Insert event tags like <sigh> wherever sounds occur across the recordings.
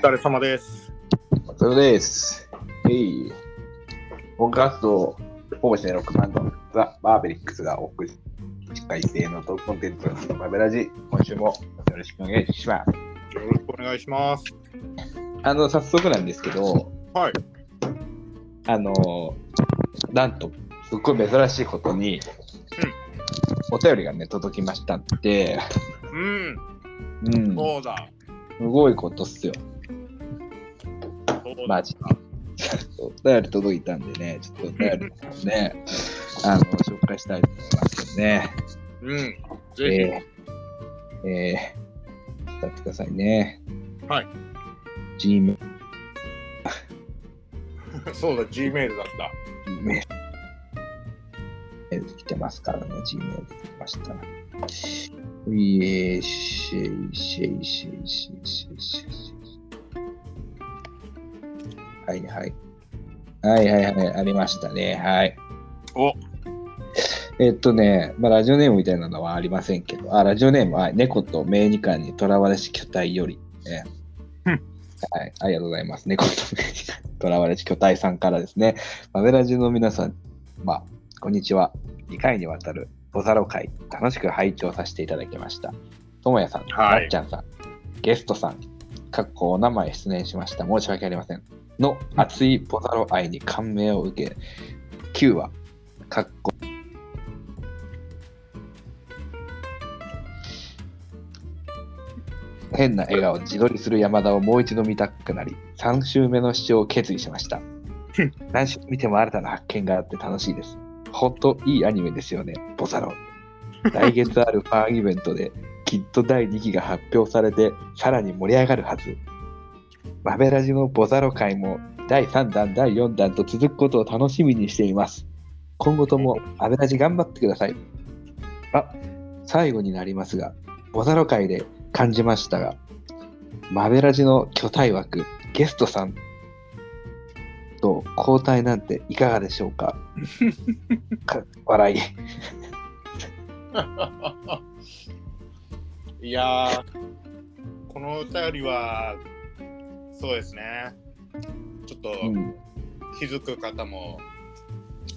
疲れ様です。お疲れです。えい。音楽活動、ほぼしてロックバンド、ザ・バーベリックスがお送りする、社会性のトークコンテンツ、バベラジ、今週もよろしくお願いします。よろしくお願いします。あの、早速なんですけど、はい。あの、なんと、すっごい珍しいことに、お便りがね、届きましたって、うん、うん、そうだ。すごいことっすよ、そうだ。マジで。お便り届いたんでね、ちょっとお便りの方をね、あの、紹介したいと思いますよね。うん。ぜえー、えー、使ってくださいね。はい。 Gmail、ひ、 <laughs> そうだ、G メールだった。 Gmail 来てますからね、Gmail で来ました。ういえーしーしーしーしーしーしーしーはいはい。はいはいはい、ありましたね。はい。おえっとね、まあ、ラジオネームみたいなのはありませんけど、あ、ラジオネームは、はい猫と名二冠にとらわれし巨体より、ねうん。はい、ありがとうございます。猫と名二冠にとらわれし巨体さんからですね、マベラジの皆さん、まあ、こんにちは。2回にわたるボザロ会、楽しく拝聴させていただきました。ともやさん、はいなっちゃんさん、ゲストさん、かっこお名前失念しました。申し訳ありません。の熱いボザロ愛に感銘を受け、9話、かっこ。変な笑顔、自撮りする山田をもう一度見たくなり、3週目の視聴を決意しました。何週見ても新たな発見があって楽しいです。ほんといいアニメですよね、ボサロ。来月あるファンイベントで、 <laughs> きっと第2期が発表されて、さらに盛り上がるはず。マベラジのボザロ会も第3弾、第4弾と続くことを楽しみにしています。今後ともマベラジ頑張ってください。あ、最後になりますが、ボザロ会で感じましたが、マベラジの巨体枠、ゲストさんと交代なんていかがでしょうかか笑い。いやー、このお便りは、そうですね。ちょっとうん気づく方も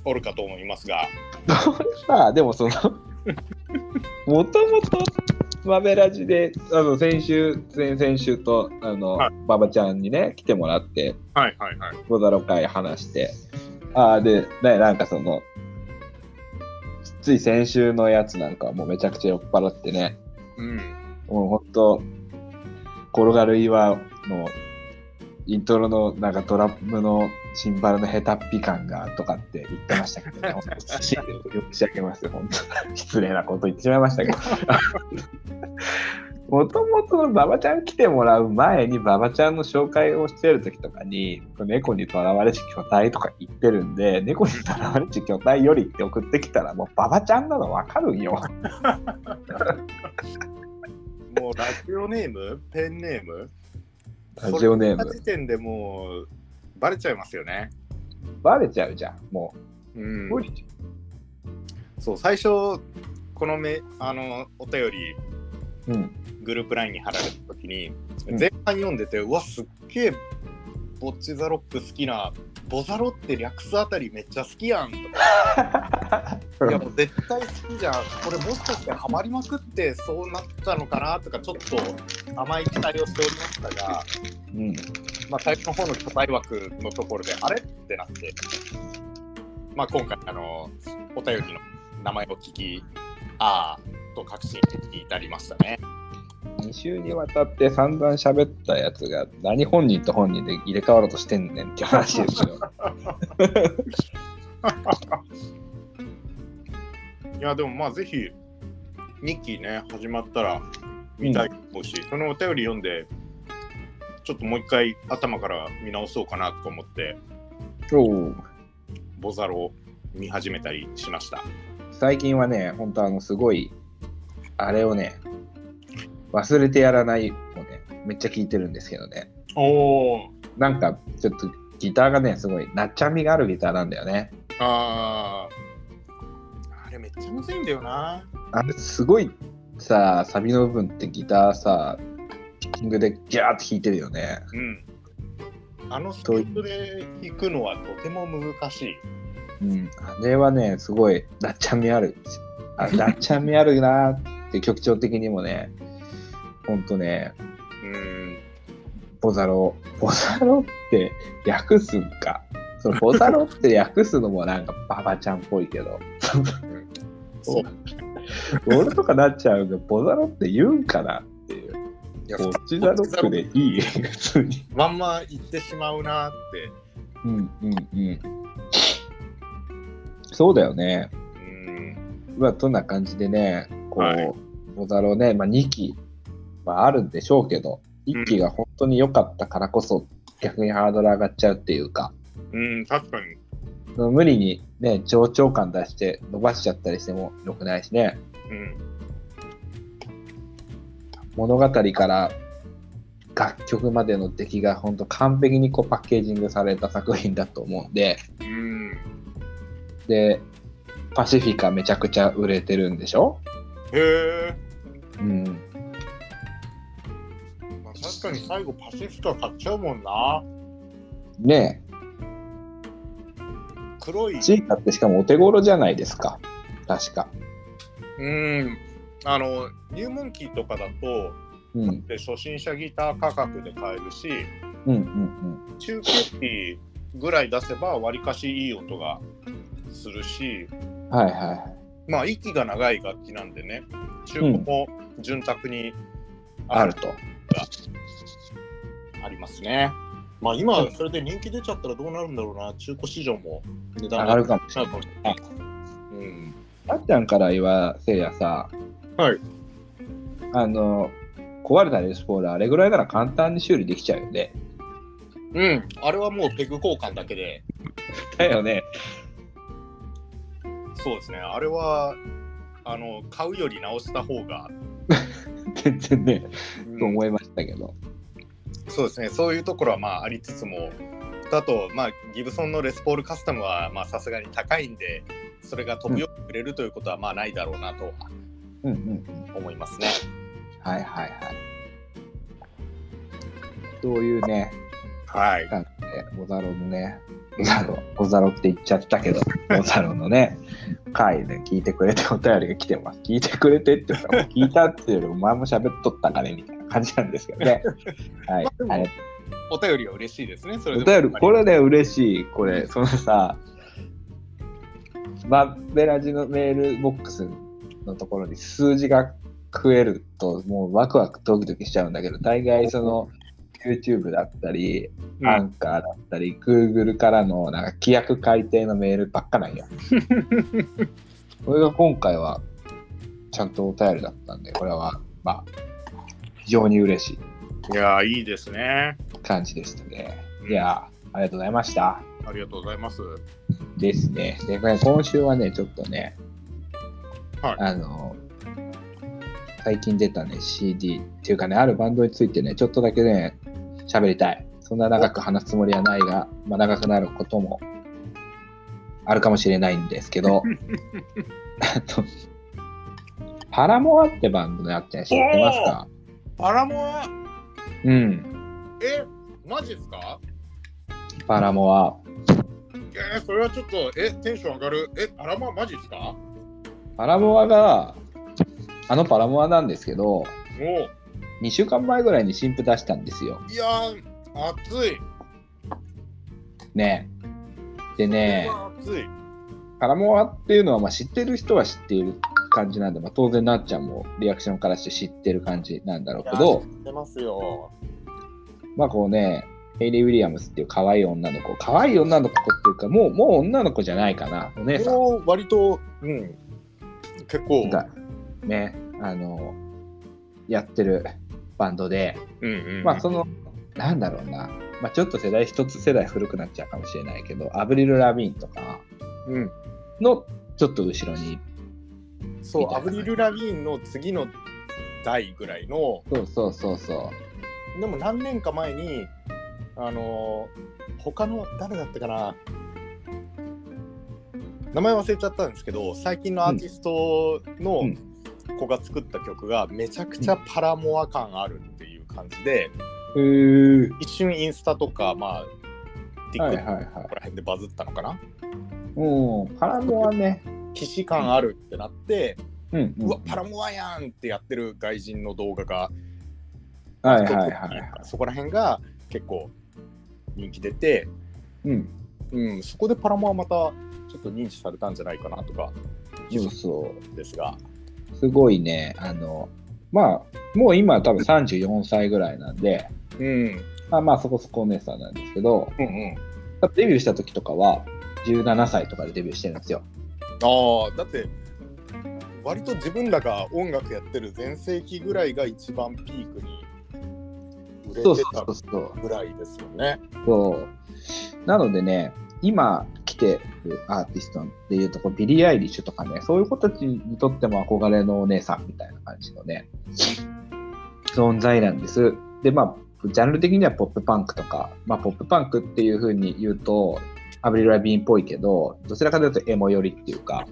おるかと思いますが、これさで <laughs> もそのもともとマベラジであの先週先々週とあの、はい馬場ちゃんにね来てもらってはいはいはい。小ザロ会話してああでねなんかそのつい先週のやつなんかはもうめちゃくちゃ酔っ払ってねうん。もうほんと転がる岩のイントロのなんかドラムのシンバルのヘタっぴ感がとかって言ってましたけど、 <laughs> ね、ほんと差し入れを申し上げますよ、本当 <laughs> 失礼なこと言ってしまいましたけど。もともと馬場ちゃん来てもらう前に馬場ちゃんの紹介をしてる時とかに猫にとらわれし巨体とか言ってるんで猫にとらわれし巨体よりって送ってきたらもう馬場ちゃんなの分かるんよ。もうラジオネーム、ペンネーム、ラジオネーそれム時点でもうバレちゃいますよね。バレちゃうじゃんもうんう。無理じゃんそう、最初、このめあのお便り、うん、グループラインに貼られた時にうん前半読んでて、うわすっげえボッチザロック好きなボザロって略すあたりめっちゃ好きやんとかいやもう絶対好きじゃんこれもしかしてハマりまくってそうなったのかなとかちょっと甘い期待をしておりましたが、うん、まあ、最初の方の巨大枠のところであれってなって、まあ、今回あのお便りの名前を聞きああと確信に至りましたね。 2週にわたって散々喋ったやつが何本人と本人で入れ替わろうとしてんねんって話ですよ。 <laughs> いやでもまあぜひ2期ね始まったら見たいと思うし、そのお便り読んでちょっともう一回頭から見直そうかなと思っておうボザロを見始めたりしました最近はね、本当あのすごい、あれをね、忘れてやらないをね、めっちゃ聞いてるんですけどね。おおなんかちょっとギターがね、すごいなっちゃみがあるギターなんだよね。あーあれめっちゃむずいんだよなあれすごいさ、サビの部分ってギターさ、ッキングでギャーって弾いてるよね。うん。あのスピードで弾くのはとても難しい。うん、あれはね、すごい、ダッチャン味ある。あ、ダッチャン味あるなーって、局長的にもね、ほんとね、うん。ボザロ、ボザロって訳すんか。そのボザロって訳すのもなんかババちゃんっぽいけど。そう。俺とかなっちゃうけど、ボザロって言うんかなっていう。いやボチザロックでいい、普通に。まんま行ってしまうなって。 <laughs> うんうんうん。そうだよね。うん。まあ、どんな感じでね、こう、はいボザロね、まあ、2期、まあ、あるんでしょうけど、1期が本当に良かったからこそ、逆にハードル上がっちゃうっていうか、うん、確かに。その無理にね、上長感出して伸ばしちゃったりしても良くないしね、うん。物語から楽曲までの出来が本当完璧にこうパッケージングされた作品だと思うんで、うん。で、パシフィカめちゃくちゃ売れてるんでしょへえ。うん。まあ、確かに最後パシフィカ買っちゃうもんな。ね黒いえ、。チータってしかもお手頃じゃないですか。確か。うん。あの、入門機とかだと、うん。で初心者ギター価格で買えるし、うんうん中級機ぐらい出せば、わりかしいい音がするし、うん。はいはいはい。まあ、息が長い楽器なんでね、中古も潤沢にあると。ありますね。まあ今、それで人気出ちゃったらどうなるんだろうな、中古市場も値段が上が上るかもしがれるない。かもしれない。うん。あっちゃんから言わせやさ、はい。あの、壊れたレスポールあれぐらいなら簡単に修理できちゃうよね。うん、あれはもうペグ交換だけで、だよね。 <laughs> そうですね、あれはあの買うより直した方が、全然ね、うんと思いましたけど。そうですね、そういうところはまあありつつも、あと、まあ、ギブソンのレスポールカスタムはまあさすがに高いんで、それが飛ぶように売れるということはまあないだろうなとはうんうん。思いますね。はいはいはい。そういうね、はい。なんかね、ボザロのね、ボザロ、ボザロって言っちゃった <laughs> けど、ボザロのね、回で聞いてくれてお便りが来てます。聞いてくれてっていうか、もう聞いたっていうよりも、お前も喋っとったかねみたいな感じなんですけど <laughs> ね。はい。でもあれお便りは嬉しいですね、それでおも便り、これね、嬉しい。これ、そのさ、マッベラジのメールボックスのところに数字が食えると、もうワクワクドキドキしちゃうんだけど、大概その、YouTube だったり、うんアンカーだったり、Google からのなんか規約改定のメールばっ <laughs> かなんよ。これが今回はちゃんとお便りだったんで、これはまあ非常に嬉しいいやー、いいですね。感じでしたね。いやーありがとうございました。ありがとうございます。ですね。で、これ今週はね、ちょっとね、はいあの、最近出たね、CD っていうかね、あるバンドについてね、ちょっとだけね、喋りたい。そんな長く話すつもりはないが、まあ、長くなることもあるかもしれないんです <laughs> けど、あのパラモアってバンドね、あって知ってますかパラモアうん、えマジですかパラモア。えー、それはちょっと、え、テンション上がる。え、パラモアマジですかパラモアが、あのパラモアなんですけど、も2週間前ぐらいに新譜出したんですよ。う、いやー、暑い。ねでね、暑い。パラモアっていうのはまあ知ってる人は知っている感じなんで、まあ、当然なっちゃんもリアクションからして知ってる感じなんだろうけど、出ますよ。まあこうね、ヘイリー・ウィリアムスっていう可愛い女の子、可愛い女の子っていうか、もうもう女の子じゃないかな、お姉さんもう割と、うん、結構。がね、あの、やってるバンドで、うんうんうんまあその、なんだろうな、まあちょっと世代一つ世代古くなっちゃうかもしれないけど、アブリル・ラビーンとかうん、のちょっと後ろにそみう、たいアなブリル・ラビーンの次の代ぐらいの、そうそうそうそでも何年か前に、あのー他の誰だったかな名前忘れちゃったんですけど最近のアーティストのうん子が作った曲がめちゃくちゃパラモア感あるっていう感じでへえ。一瞬インスタとかまあ TikTok はいはいこはいこ。ら辺でバズったのかな、うん。パラモはね。既視感あるってなって、うん、うわパラモアやんってやってる外人の動画がはいはいはいはい。そこら辺が結構人気出て、うん。うん、そこでパラモはまたちょっと認知されたんじゃないかなとかそうそですが、う。すごいね。あの、まあ、もう今多分34歳ぐらいなんで、うん、うんまあまあそこそこお姉さんなんですけど、うんデビューした時とかは17歳とかでデビューしてるんですよ。ああだって割と自分らが音楽やってる全盛期ぐらいが一番ピークに売れそうてそうたそうぐらいですよね。そう。なのでね、今来てるアーティストっていうとこ、ビリー・アイリッシュとかね、そういう子たちにとっても憧れのお姉さんみたいな感じのね、存在なんです。で、まあ、ジャンル的にはポップパンクとか、まあ、ポップパンクっていう風に言うと、アブリル・ラビーンっぽいけど、どちらかというとエモ寄りっていうか、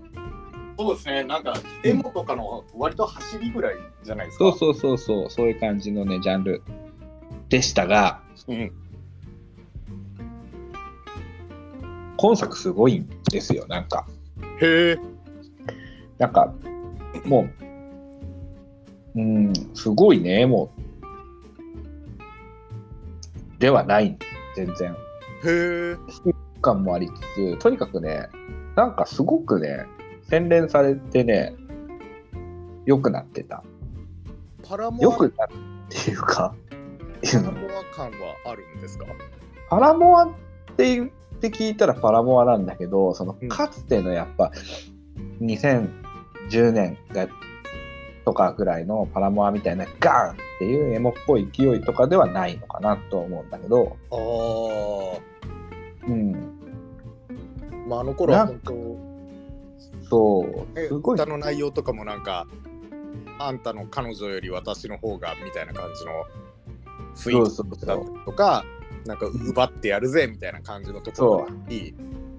そうですねなんかエエモモとかの割と走りぐらいじゃないですか。そうそうそうそう、そういう感じのね、ジャンルでしたが、うん、今作すごいんですよ、なんか。へえ。なんか、もう、うん、すごいね、もう。ではない、全然。へえ。感もありつつ、とにかくね、なんかすごくね、洗練されてね、良くなってた。パラモア良くなっていうか、 <laughs> パラモア感はあるんですかパラモアって言って聞いたらパラモアなんだけど、そのうんかつてのやっぱ2010年がとかぐらいのパラモアみたいなガーンっていうエモっぽい勢いとかではないのかなと思うんだけど、ああ。うん、まああの頃はなん本当そう、えすごい歌の内容とかもなんかあんたの彼女より私の方がみたいな感じの雰そうそう囲気だったりとかなんか奪ってやるぜみたいな感じのところがいい、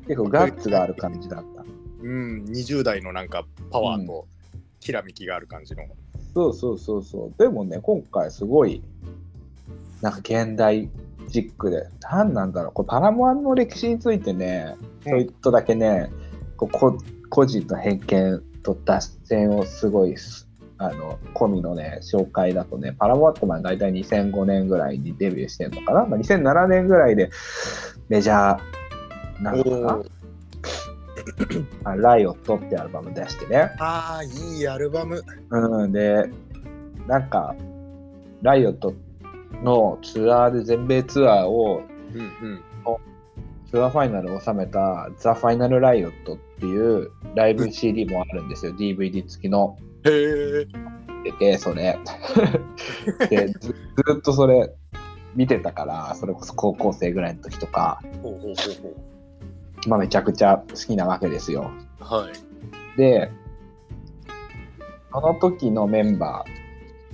結構ガッツがある感じだった。うん、20代のなんかパワーときらめきがある感じの、そうそうそうそう。でもね、今回すごい、なんか現代チックで、何なんだろう、これパラモアの歴史についてね、ちょいっとだけね、こうこ個人の偏見と脱線をすごいす、あの、込みのね、紹介だとね、パラモアってまあ大体2005年ぐらいにデビューしてるのかな、まあ、2007年ぐらいでメジャーなのかおなーあ、ライオットってアルバム出してね。ああいいアルバムうん、で、なんか、ライオットのツアーで、全米ツアーを、うんうんツアーファイナルを収めた、ザ・ファイナル・ライオットっていうライブ CD もあるんですよ、DVD 付きの。へえでて、それ。 <laughs> でず、ずっとそれ見てたから、それこそ高校生ぐらいの時とか、ほうほうほうまあめちゃくちゃ好きなわけですよ。ほうはいで、その時のメンバ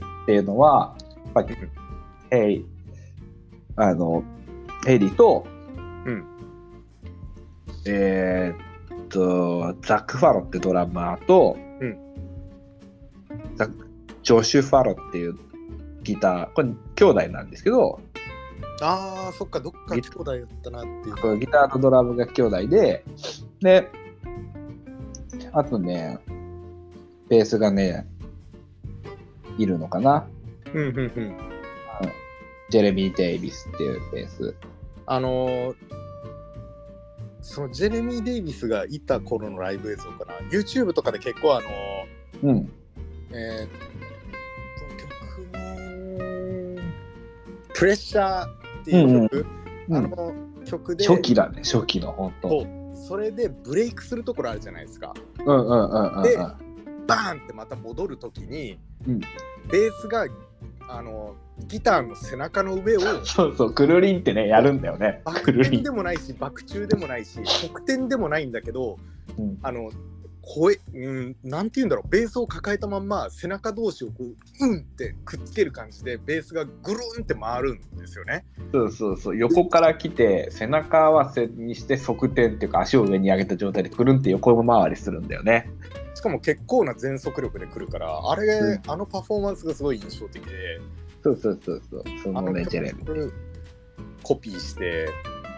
ーっていうのは、やっぱりうん、ヘイ、あの、ヘイリーと、うんえーっと、ザック・ファロってドラマーと、うんザジョシュ・ファロっていうギター、これ兄弟なんですけど、あーそっかどっか兄弟だったなっていうこうギターとドラムが兄弟で、で、あとね、ベースがね、いるのかな。うんうんうんジェレミー・デイビスっていうベース。あのーそのジェレミー・デイビスがいた頃のライブ映像かな YouTube とかで結構あのうん。ーえーっと曲名プレッシャーっていう曲、うんあの曲で初期だね、初期の、本当。そうそれでブレイクするところあるじゃないですかうんうんうんうんうん。でバーンってまた戻るときに、うんベースがあのギターの背中の <laughs> 上をそうそう、くるりんってね、やるんだよねバ。くクるり転んで。もないしバク宙でもないし側転でもないんだけどうんあの声、うん、なんて言うんだろうベースを抱えたまんま背中同士をこううんってくっつける感じでベースがぐるんって回るんですよね。そうそうそう、横から来て、背中合わせにして、側転っていうか、足を上に上げた状態で、くるんって横回りするんだよね。しかも結構な全速力で来るからあれ、うんあのパフォーマンスがすごい印象的でそうそうそうそう、そあののね、ジェレン。曲コピーして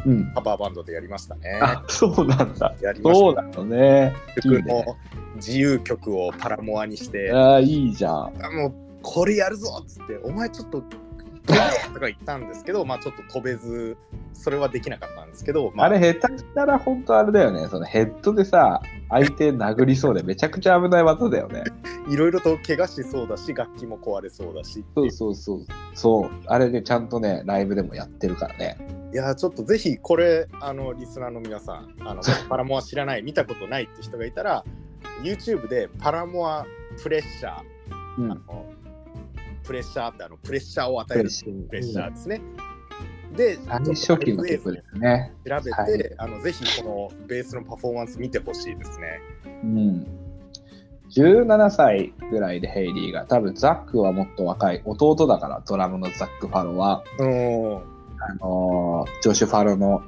うん。カバーバンドでやりましたね。あ、そうなんだ。やりまそうしなのね。た。いい曲ね。の自由曲をパラモアにして、ああ、いいじゃん。あもうこれやるぞっつって、お前ちょっと飛べとか言ったんですけど、まあちょっと飛べず、それはできなかったんですけど、まあれ、下手したら本当あれだよね。そのヘッドでさ、相手殴りそうで、めちゃくちゃ危ない技だよね。いろいろと怪我しそうだし、楽器も壊れそうだしってそいううそうそう。そう。あれでちゃんとね、ライブでもやってるからね。いやーちょっとぜひこれあのリスナーの皆さんあの <laughs> パラモア知らない見たことないって人がいたら YouTube でパラモアプレッシャー、うあん。のプレッシャーってあのプレッシャーを与え最るプレッシャーですね。で初期の曲ちょでっとすね。調べて、はいあのぜひこのベースのパフォーマンス見てほしいですね。うん。17歳ぐらいでヘイリーが、多分ザックはもっと若い弟だから、ドラムのザック・ファロは、うんあのージョシュ・ファロの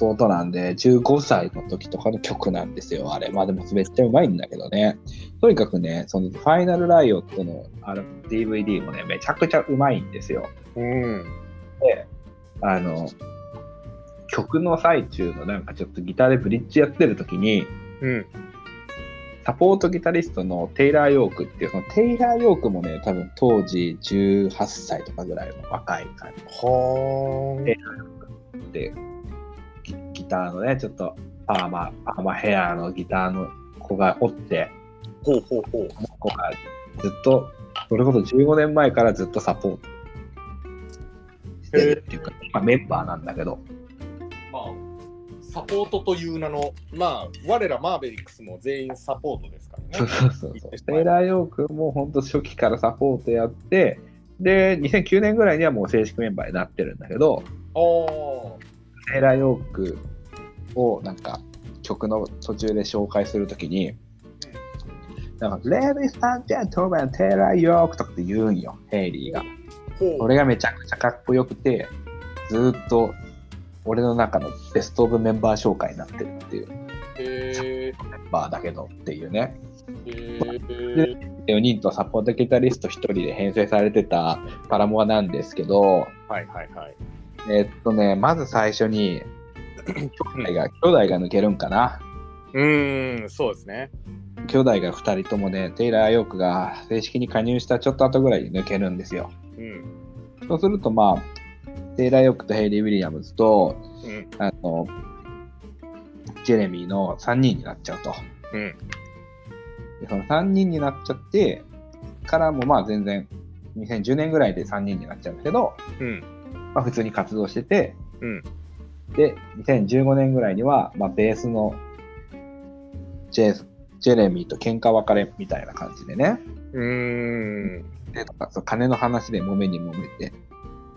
弟なんで、15歳の時とかの曲なんですよ、あれ。まあでもめっちゃうまいんだけどね。とにかくね、そのファイナル・ライオットのあの DVD もね、めちゃくちゃうまいんですよ。うんで、あの、曲の最中のなんかちょっとギターでブリッジやってる時に、うんサポートギタリストのテイラー・ヨークっていう、そのテイラー・ヨークもね、多分当時18歳とかぐらいの若い感はーえじで、ギギターのね、ちょっとパーマ、パーマヘアのギターの子がおって、ほうほうほうこの子がずっと、それこそ15年前からずっとサポートしてるっていうか、まあ、メンバーなんだけど、まあサポートという名のまあ我らマーベリックスも全員サポートですからそうね。そうそうそう。テイラー・ヨークも本当初期からサポートやって、で、2009年ぐらいにはもう正式メンバーになってるんだけど、ああ。テイラー・ヨークをなんか曲の途中で紹介するときに、なんか、レディース・アンジェントメン、テイラー・ヨークとかって言うんよ、ヘイリーが。ほうそれがめちゃくちゃかっこよくて、ずーっと俺の中のベスト・オブ・メンバー紹介になってるっていうメへンバーだけどっていうね。ーへー4人とサポートギタリスト1人で編成されてたパラモアなんですけど、はいはいはい。えっとね、まず最初に、兄弟が、兄弟が抜けるんかな。うーん、そうですね。兄弟が2人ともね、テイラー・ヨークが正式に加入したちょっと後ぐらいに抜けるんですよ。うん。そうすると、まあ、テイラー・ヨークとヘイリー・ウィリアムズと、うん。あの、ジェレミーの3人になっちゃうと。うんでその3人になっちゃって、からもまあ全然、2010年ぐらいで3人になっちゃうんだけど、うん。まあ、普通に活動してて、うんで、2015年ぐらいには、まあ、ベースのジェジェレミーと喧嘩別れみたいな感じでね、うーん。でとかそう金の話で揉めに揉めて、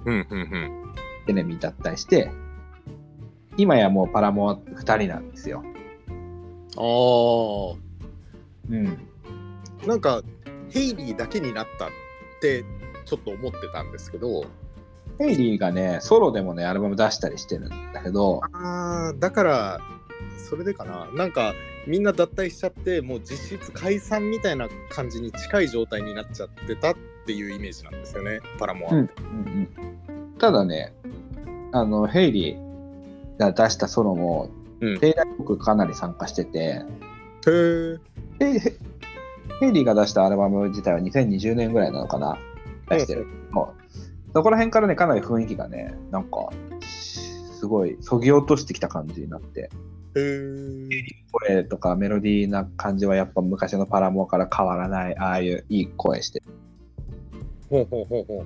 うん。うん。ジェレミー脱退して、今やもうパラモア2人なんですよ。あーうん。なんか、ヘイリーだけになったって、ちょっと思ってたんですけど、ヘイリーがね、ソロでもね、アルバム出したりしてるんだけど、あーだから、それでかな。なんか、みんな脱退しちゃって、もう実質解散みたいな感じに近い状態になっちゃってたっていうイメージなんですよね、パラモア。うんうんうんただね、あの、ヘイリーが出したソロも、うんテイラー僕かなり参加してて、へーヘイヘイ <laughs> ヘイリーが出したアルバム自体は2020年ぐらいなのかな出してる。もうそこら辺からね、かなり雰囲気がね、なんか、すごい、そぎ落としてきた感じになって、へー声とかメロディーな感じはやっぱ昔のパラモアから変わらない、ああいういい声してほうほうほうほう。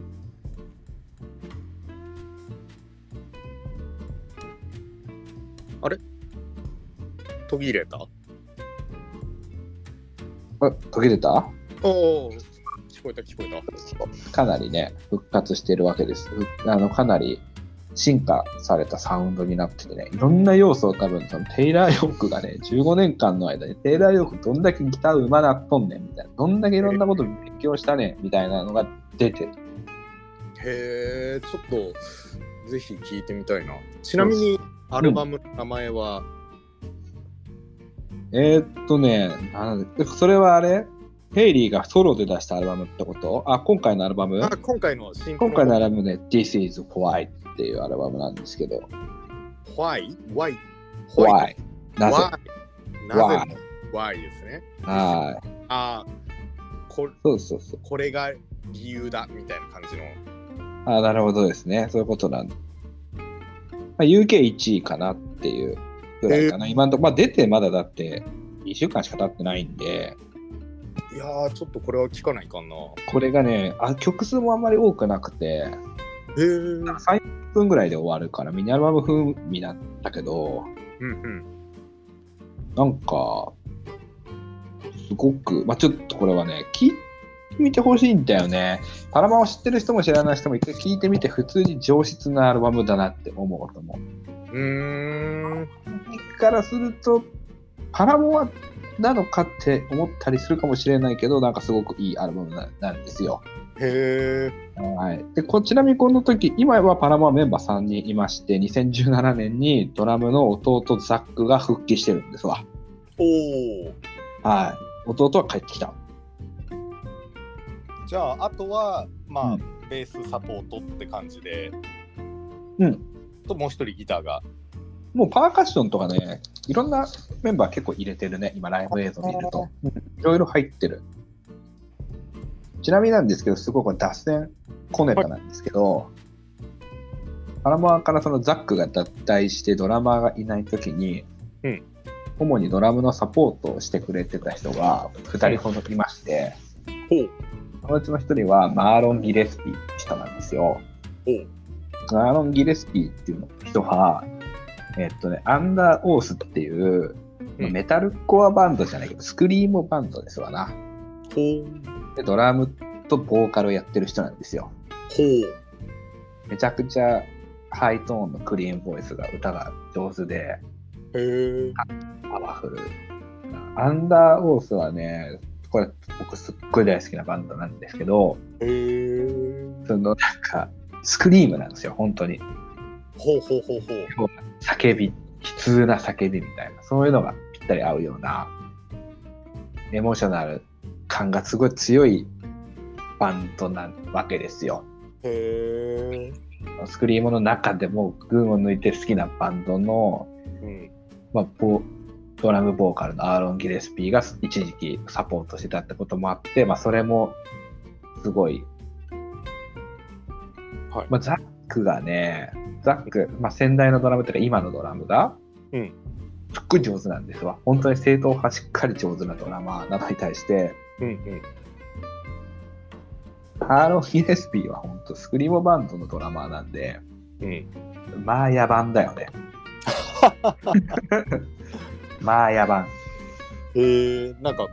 あれ途切れたおあ途切れたおー、聞こえた聞こえた。かなりね、復活してるわけです。ふあのかなり進化されたサウンドになっててね、いろんな要素を多分、そのテイラー・ヨークがね、15年間の間にテイラー・ヨークどんだけギターうまなっとんねんみたいな、どんだけいろんなこと勉強したねんみたいなのが出てる。へえ、ちょっとぜひ聞いてみたいな。ちなみにアルバムの名前は、えーっとね、なんだそれはあれヘイリーがソロで出したアルバムってことあ、今回のアルバムあ今回の新今回のアルバムね、This is Why っていうアルバムなんですけど、 Why? Why? Why? Why? Why? ななぜぜの Why ですね。はい。ああ、こそうそうそう。これが理由だみたいな感じの。あなるほどですね。そういうことなんだ。まあ、UK1 位かなっていうぐらいかな。今のとこまあ、出てまだだって2週間しか経ってないんで、いやー、ちょっとこれは聞かないかな。これがね、あ曲数もあんまり多くなくへて、え。うん3分ぐらいで終わるから、ミニアルバム風味だったけど、うん。なんか、すごく、まあ、ちょっとこれはね、聞いてみてほしいんだよね。パラマを知ってる人も知らない人も一回聞いてみて、普通に上質なアルバムだなって思うと思うう。ーん。からするとパラモアなのかって思ったりするかもしれないけどなんかすごくいいアルバムななんですよ。へえ。はい、でこちなみにこの時今はパラモアメンバー3人いまして2017年にドラムの弟ザックが復帰してるんですわ。おお。はい、弟は帰ってきた。じゃあ、あとは、まあ、うんベースサポートって感じで、うん、ともう一人ギターが。もうパーカッションとかねいろんなメンバー結構入れてるね今ライブ映像見ると。いろいろ入ってる。ちなみになんですけど、すごく脱線、小ネタなんですけど、パラマーからそのザックが脱退してドラマーがいないときに、うん主にドラムのサポートをしてくれてた人が2人ほどいまして、ほう。そのうちの1人はマーロン・ギレスピーって人なんですよ。ほう。マーロン・ギレスピーっていう人は、えっとね、アンダー・オースっていう、うんメタルコアバンドじゃないけど、スクリームバンドですわな。ほう。でドラムとボーカルをやってる人なんですよ。ほう。めちゃくちゃハイトーンのクリーンボイスが歌が上手でへえ。パワフル。アンダーオースはね、これ僕すっごい大好きなバンドなんですけど、へえ。そのなんかスクリームなんですよ、本当に。ほうほうほうほう。叫び、悲痛な叫びみたいな、そういうのがぴったり合うような、エモーショナル感がすごい強いバンドなわけですよ。へえ。スクリームの中でも群を抜いて好きなバンドの、うん。まあ、ボドラムボーカルのアーロン・ギレスピーが一時期サポートしてたってこともあって、まあ、それもすごい、はいまあ、ザックがねザック、まあ、先代のドラムというか今のドラムが、うんすっごい上手なんですわ本当に正統派しっかり上手なドラマーなどに対してうんうん。アーロン・ギレスピーは本当スクリームバンドのドラマーなんでうん。 <laughs> まあ野蛮だよねまあ野蛮へえ。なんか、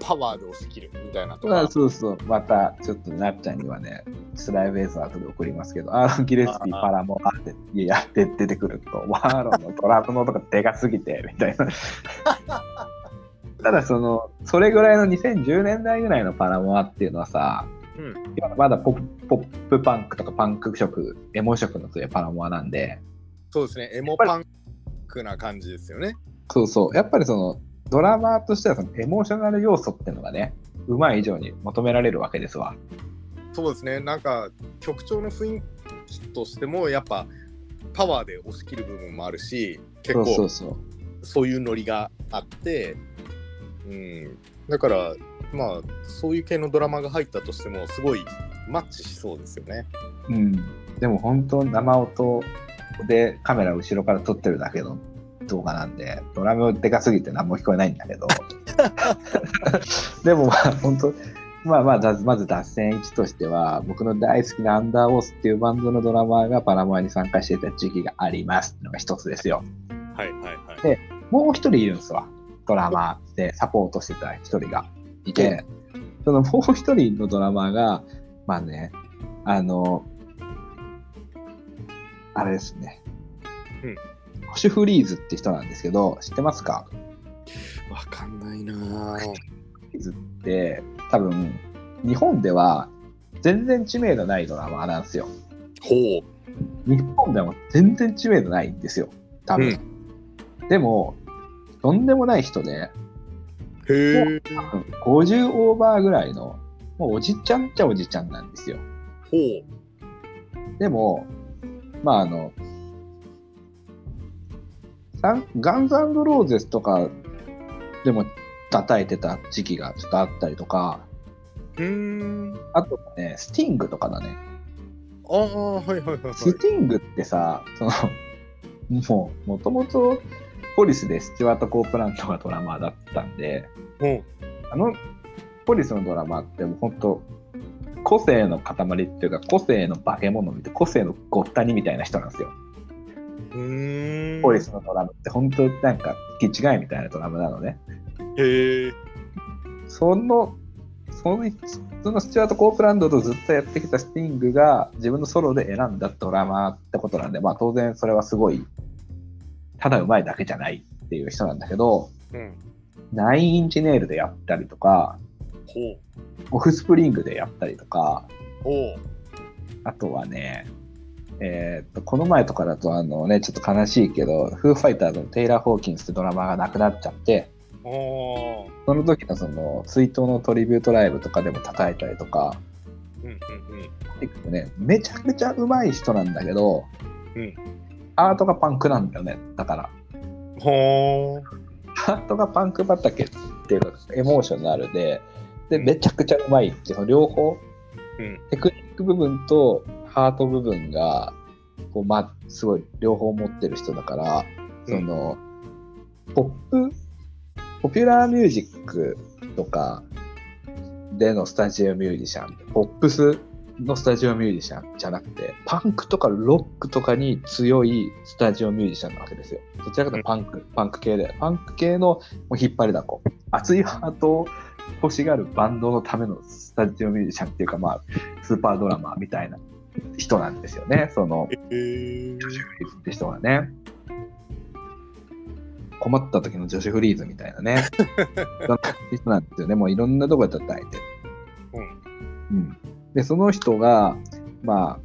パワーで押し切るみたいなとあか。そうそう、またちょっとなっちゃんにはね、スライブ映像後で送りますけど、アーロン・ギレスピー、あーパラモアっていややって出てくると、ワーロンのトラブのとかでかすぎて、みたいな。ただその、それぐらいの2010年代ぐらいのパラモアっていうのはさ、うん今まだポップポップパンクとかパンク色、エモ色の強いパラモアなんで、そうですね。エモパンクな感じですよね。そうそう、やっぱりその、ドラマーとしてはそのエモーショナル要素っていうのがね、うまい以上に求められるわけですわ。そうですね。なんか、曲調の雰囲気としても、やっぱ、パワーで押し切る部分もあるし、結そう構、そうそう。そういうノリがあって、うん、だから、まあ、そういう系のドラマが入ったとしても、すごいマッチしそうですよね。うん、でも本当生音でカメラ後ろから撮ってるだけの動画なんでドラムでかすぎて何も聞こえないんだ <laughs> けどでもまあ本当まあまあだまず脱線1としては僕の大好きなアンダーウォースっていうバンドのドラマーがパラモアに参加してた時期がありますっていうのが一つですよはいはいはい。もう一人いるんですわドラマーでサポートしてた一人がいてそのもう一人のドラマーがまあねあのあれですね、うん保守フリーズって人なんですけど知ってますかわかんないなぁ。フリーズって多分日本では全然知名度ないドラマーなんですよほう。日本でも全然知名度ないんですよ多分、でもとんでもない人でへえ。 50オーバーぐらいの、もうおじちゃんっちゃおじちゃんなんですよ。ほでも、まああの、サンガンズローゼスとかでも叩いてた時期がちょっとあったりとか、う。うーん。あとね、スティングとかだね。ああ、はいはいはいはい。スティングってさ、その、もう、もともとポリスでスチュワート・コープラントがドラマーだったんで、うん。あのポリスのドラマってもう本当個性の塊っていうか個性の化け物みたいな個性のごったにみたいな人なんですよ。うーん。ポリスのドラマって本当なんか気違いみたいなドラマなのね。へえ。そのそのそのスチュアート・コープランドとずっとやってきたスティングが自分のソロで選んだドラマってことなんで、まあ、当然それはすごいただうまいだけじゃないっていう人なんだけどうん。ナインインチネイルでやったりとかほう。オフスプリングでやったりとかほあとはね、えーっと、この前とかだと、あのね、ちょっと悲しいけど、フーファイターズのテイラー・ホーキンスってドラマーがなくなっちゃって、う。ああ。その時のその、追悼のトリビュートライブとかでも叩いたりとか、うんうんうん。結構ね、めちゃくちゃ上手い人なんだけど、うんアートがパンクなんだよね、だから。ほハートがパンク畑っていうかエモーショナルででめちゃくちゃうまいっていうその両方、うんテクニック部分とハート部分がこう、ま、すごい両方持ってる人だからその、ポップポピュラーミュージックとかでのスタジオミュージシャンポップスのスタジオミュージシャンじゃなくてパンクとかロックとかに強いスタジオミュージシャンなわけですよどちらかというとパンク、パンク系でパンク系のもう引っ張りだこ熱いハートを欲しがるバンドのためのスタジオミュージシャンっていうかまあスーパードラマーみたいな人なんですよねそのう。へえ。ジョシュフリーズって人がね困った時のジョシュ・フリーズみたい <laughs> なねそんな人なんですよねもういろんなとこで叩いてる、うん。うん、でその人がまあ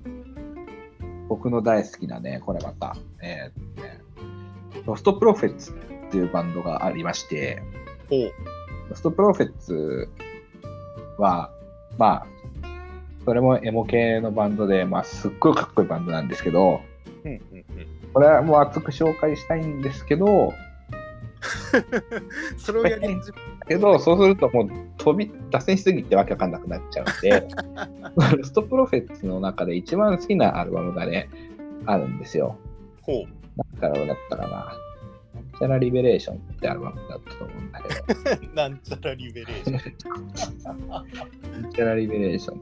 僕の大好きなねこれまたえーっとねロスト・プロフェッツっていうバンドがありましてほう。ロスト・プロフェッツはまあそれもエモ系のバンドで、まあ、すっごいかっこいいバンドなんですけど、うんうんうん。これはもう熱く紹介したいんですけど、それをやり始めけどそうするともう飛び脱線しすぎてわけわかんなくなっちゃうんで、ロストプロフェッツの中で一番好きなアルバムがね、あるんですよ。ほう。なんだろうだったかな。なんちゃらリベレーションってアルバムだったと思うんだけど、なんちゃらリベレーション。なんちゃらリベレーション。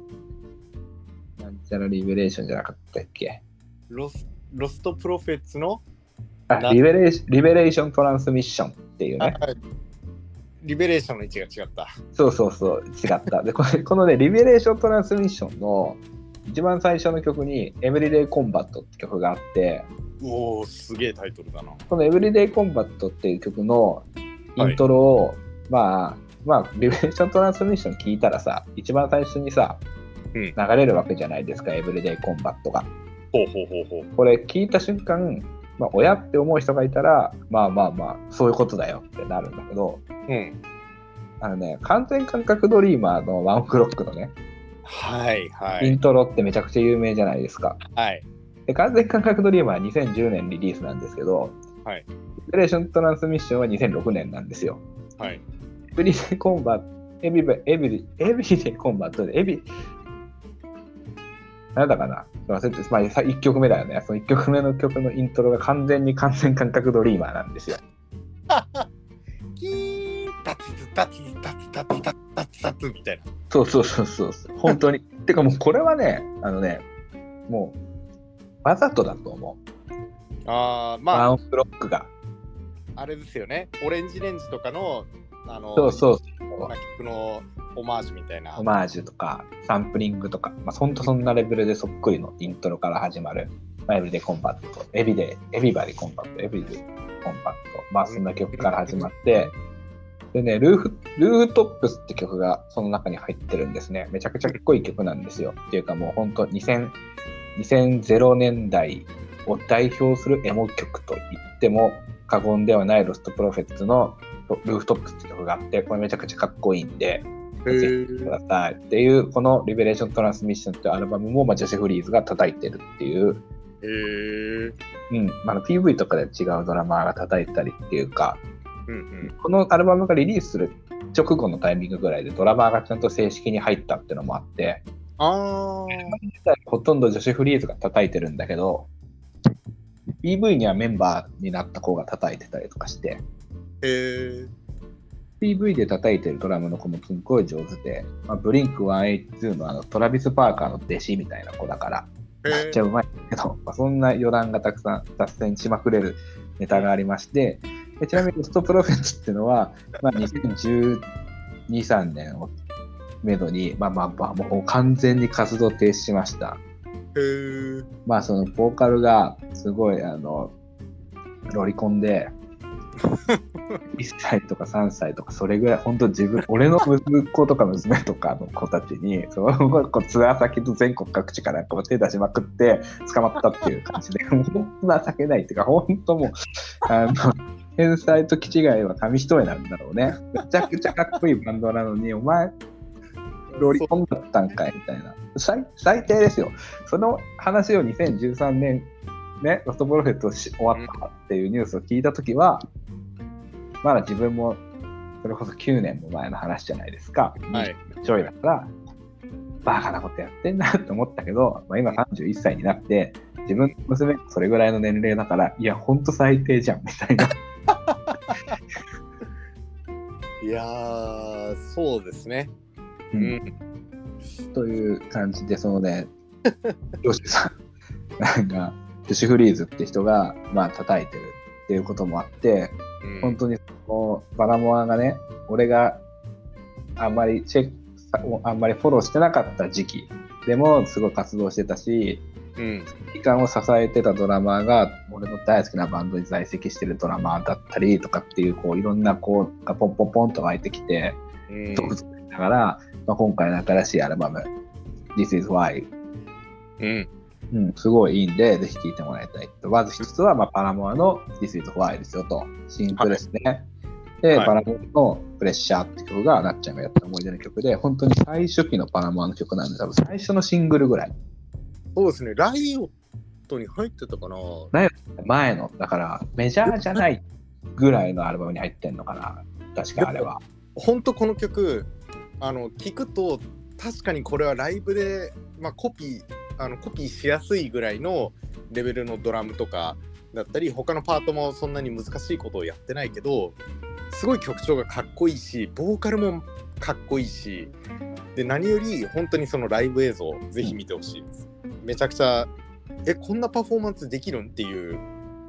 なんちゃらリベレーションじゃなかったっけロスロストプロフェッツの、あリベレーシリベレーショントランスミッションっていうあね。リベレーションの位置が違った。そうそうそう、違った。で、これこのね、リベレーション・トランスミッションの一番最初の曲に、エブリデイ・コンバットって曲があって、おお、すげえタイトルだな。このエブリデイ・コンバットっていう曲のイントロを、まあ、まあ、リベレーション・トランスミッション聞いたらさ、一番最初にさ、うん流れるわけじゃないですか、エブリデイ・コンバットが。ほうほうほうほう。これ聞いた瞬間、まあ、親って思う人がいたら、まあまあまあ、そういうことだよってなるんだけど、うん。あのね、完全感覚ドリーマーのワンクロックのね、はいはイいン。トロってめちゃくちゃ有名じゃないですか。はい。で完全感覚ドリームは2010年リリースなんですけど、はいリベレーショントランスミッションは2006年なんですよ。はい。エブリデイコンバット、エビバエビリエビリデイコンバットで、エビ、なんだかな、忘れて、まあ、さ1曲目だよね。その1曲目の曲のイントロが完全に完全感覚ドリーマーなんですよ。キーンタツタツタツタツタツタツタツみたいな。そうそうそうそうそう、本当に。 <laughs> てかもうこれはね、あのね、もう、わざとだと思う。ああ、ワまあ、ンブロックが。あれですよね。オレンジレンジとかの、あの、そうそうまあ曲のオマージュみたいな。オマージュとかサンプリングとか、まあ、ほんとそんなレベルでそっくりのイントロから始まる、まあ、エブリデイコンバット、エビデイ、エビバディコンバット、エビデイコンバット、まあそんな曲から始まって、でね、ルーフ、ルーフトップスって曲がその中に入ってるんですね。めちゃくちゃかっこいい曲なんですよ。っていうかもうほんと2000、2000年代を代表するエモ曲と言っても過言ではないロストプロフェッツのトルーフトップスって曲があって、これめちゃくちゃかっこいいんで、へくーださいっていう、このリベレーション・トランスミッションっていうアルバムも、まあ、ジェシフリーズが叩いてるっていう、へーうん、まああの PV とかで違うドラマーが叩いたりっていうか、うんうんこのアルバムがリリースする直後のタイミングぐらいでドラマーがちゃんと正式に入ったっていうのもあって、あほとんどジョシュ・フリーズが叩いてるんだけど、PV にはメンバーになった子が叩いてたりとかして、ーへー PV で叩いてるドラムの子もすっごい上手で、まあ、ブリンク182のあのトラビス・パーカーの弟子みたいな子だから、めっへちゃーうまいけど、まあ、そんな余談がたくさん脱線しまくれるネタがありまして、でちなみにロストプロフェッツっていうのは、まあ、2012、3年をめどに、まあまあまあ、もう完全に活動停止しました。へーまあそのボーカルがすごいあのロリコンで1歳とか3歳とかそれぐらい本当自分俺の息子とか娘とかの子たちに <laughs> その子ツアー先と全国各地からこう手出しまくって捕まったっていう感じで <laughs> もう本当情けないっていうか本当もうあの天才と気違いは紙一重なんだろうねめちゃくちゃかっこいいバンドなのにお前ロリコンだったんかいみたいな最最低ですよその話を2013年ねロストプロフェットし終わったっていうニュースを聞いた時はまだ自分もそれこそ9年も前の話じゃないですか、はい、ちょいだからバカなことやってんなって思ったけど、まあ、今31歳になって自分の娘がそれぐらいの年齢だからいやほんと最低じゃんみたいないやーそうですねううんんという感じでそのね <laughs> ヨシさんなんかジョシュフリーズって人がまあ叩いてるっていうこともあってうん本当にこうバラモアがね俺があんまりチェックさあんまりフォローしてなかった時期でもすごい活動してたしうん時間を支えてたドラマーが俺の大好きなバンドに在籍してるドラマーだったりとかっていうこういろんなこうがポンポンポンと湧いてきてうん動物だから、まあ、今回の新しいアルバム「This is Why うん」うん、すごいいいんでぜひ聴いてもらいたいとまず一つは、まあ、パラモアの「This is Why」ですよとシンクですね、で、はいパラモアの「プレッシャー」って曲がなっちゃんがやった思い出の曲で本当に最初期のパラモアの曲なんで多分最初のシングルぐらいそうですねライオットに入ってたかな前のだからメジャーじゃないぐらいのアルバムに入ってんのかな確かあれは本当この曲あの聞くと確かにこれはライブで、まあ、コピーあのコピーしやすいぐらいのレベルのドラムとかだったり他のパートもそんなに難しいことをやってないけどすごい曲調がかっこいいしボーカルもかっこいいしで何より本当にそのライブ映像ぜひ見てほしいです。めちゃくちゃえこんなパフォーマンスできるんっていう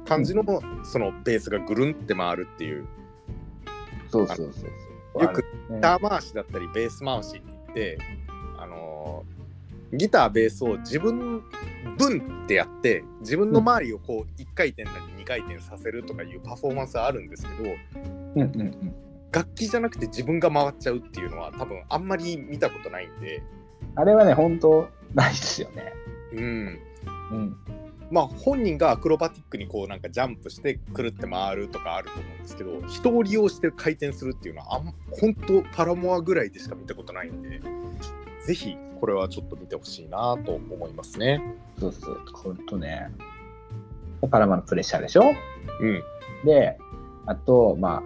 感じのそのベースがぐるんって回るっていうそうそうそうそうよくあれねギター回しだったりベース回しって言って、あのーギターベースを自分分ってやって自分の周りをこう1回転なり2回転させるとかいうパフォーマンスはあるんですけどうんうんうん楽器じゃなくて自分が回っちゃうっていうのは多分あんまり見たことないんで、あれはね本当ないですよねうん、うんまあ本人がアクロバティックにこうなんかジャンプしてくるって回るとかあると思うんですけど人を利用して回転するっていうのはあん本当パラモアぐらいでしか見たことないんでぜひこれはちょっと見てほしいなと思いますねそうそう、ほんとね。パラマのプレッシャーでしょうんで、あと、まあ、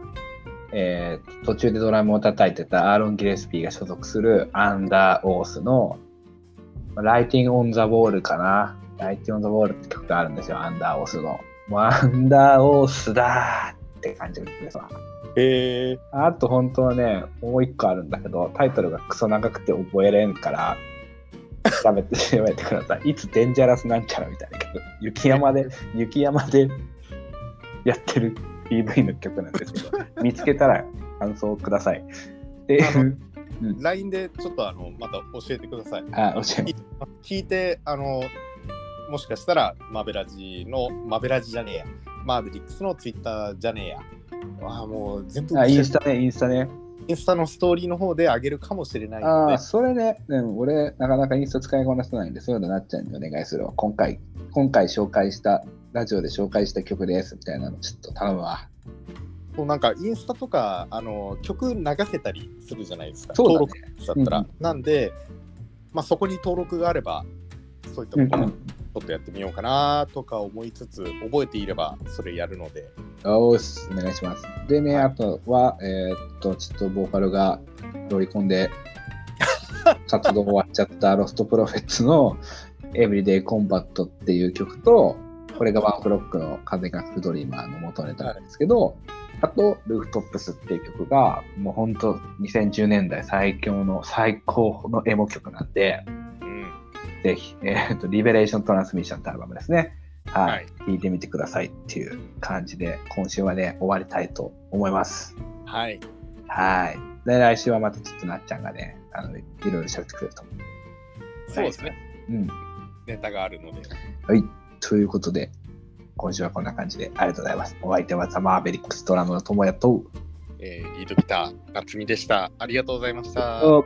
えー途中でドラムを叩いてたアーロン・ギレスピーが所属するアンダー・オースの、まあライティング・オン・ザ・ウォールかな。ライティング・オン・ザ・ウォールって曲があるんですよ、アンダー・オースの。もうアンダー・オースだーって感じですわ。へえあと本当はね、もう一個あるんだけど、タイトルがクソ長くて覚えれんから、調べて調べてください。いつデンジャラスなんちゃらみたいな曲、雪山で、雪山でやってる PV の曲なんですけど、見つけたら感想をください。で、あのうん、 LINE でちょっとあのまた教えてくださいあ、教えます。聞いてあのもしかしたらマベラジのマベラジじゃねえやマーベリックスのツイッターじゃねえやああもう全部あ、インスタね、インスタね。インスタのストーリーの方で上げるかもしれないのあであ、それね、でも俺、なかなかインスタ使いこなせないんで、そういうのなっちゃんにお願いするわ。今回、今回紹介した、ラジオで紹介した曲ですみたいなの、ちょっと頼むわ。そうなんかインスタとかあの曲流せたりするじゃないですか、そうだね登録だったら、うんなんで、まあ、そこに登録があればそういったこともちょっとやってみようかなとか思いつつ覚えていればそれやるのでおーすお願いします。でね、はいあとは、えーっと、ちょっとボーカルがロリコ <laughs> ンで活動終わっちゃったロストプロフェッツのエブリデイコンバットっていう曲と、これがワンフロックの風が吹くドリーマーの元ネタなんですけど、あと、ルーフトップスっていう曲が、もうほんと2010年代最強の最高のエモ曲なんで、うんぜひ、えーっと、リベレーショントランスミッションってアルバムですね。はい。はい聞いてみてくださいっていう感じで、今週はね、終わりたいと思います。はいはい。で、来週はまたちょっとなっちゃんがね、あの、いろいろ喋ってくれると思そうですね、う。うん。ネタがあるのではい。ということで、今週はこんな感じでありがとうございます。お相手はザ・マーベリックスドラムの友也と、えー、リードギター夏美でしたありがとうございました、お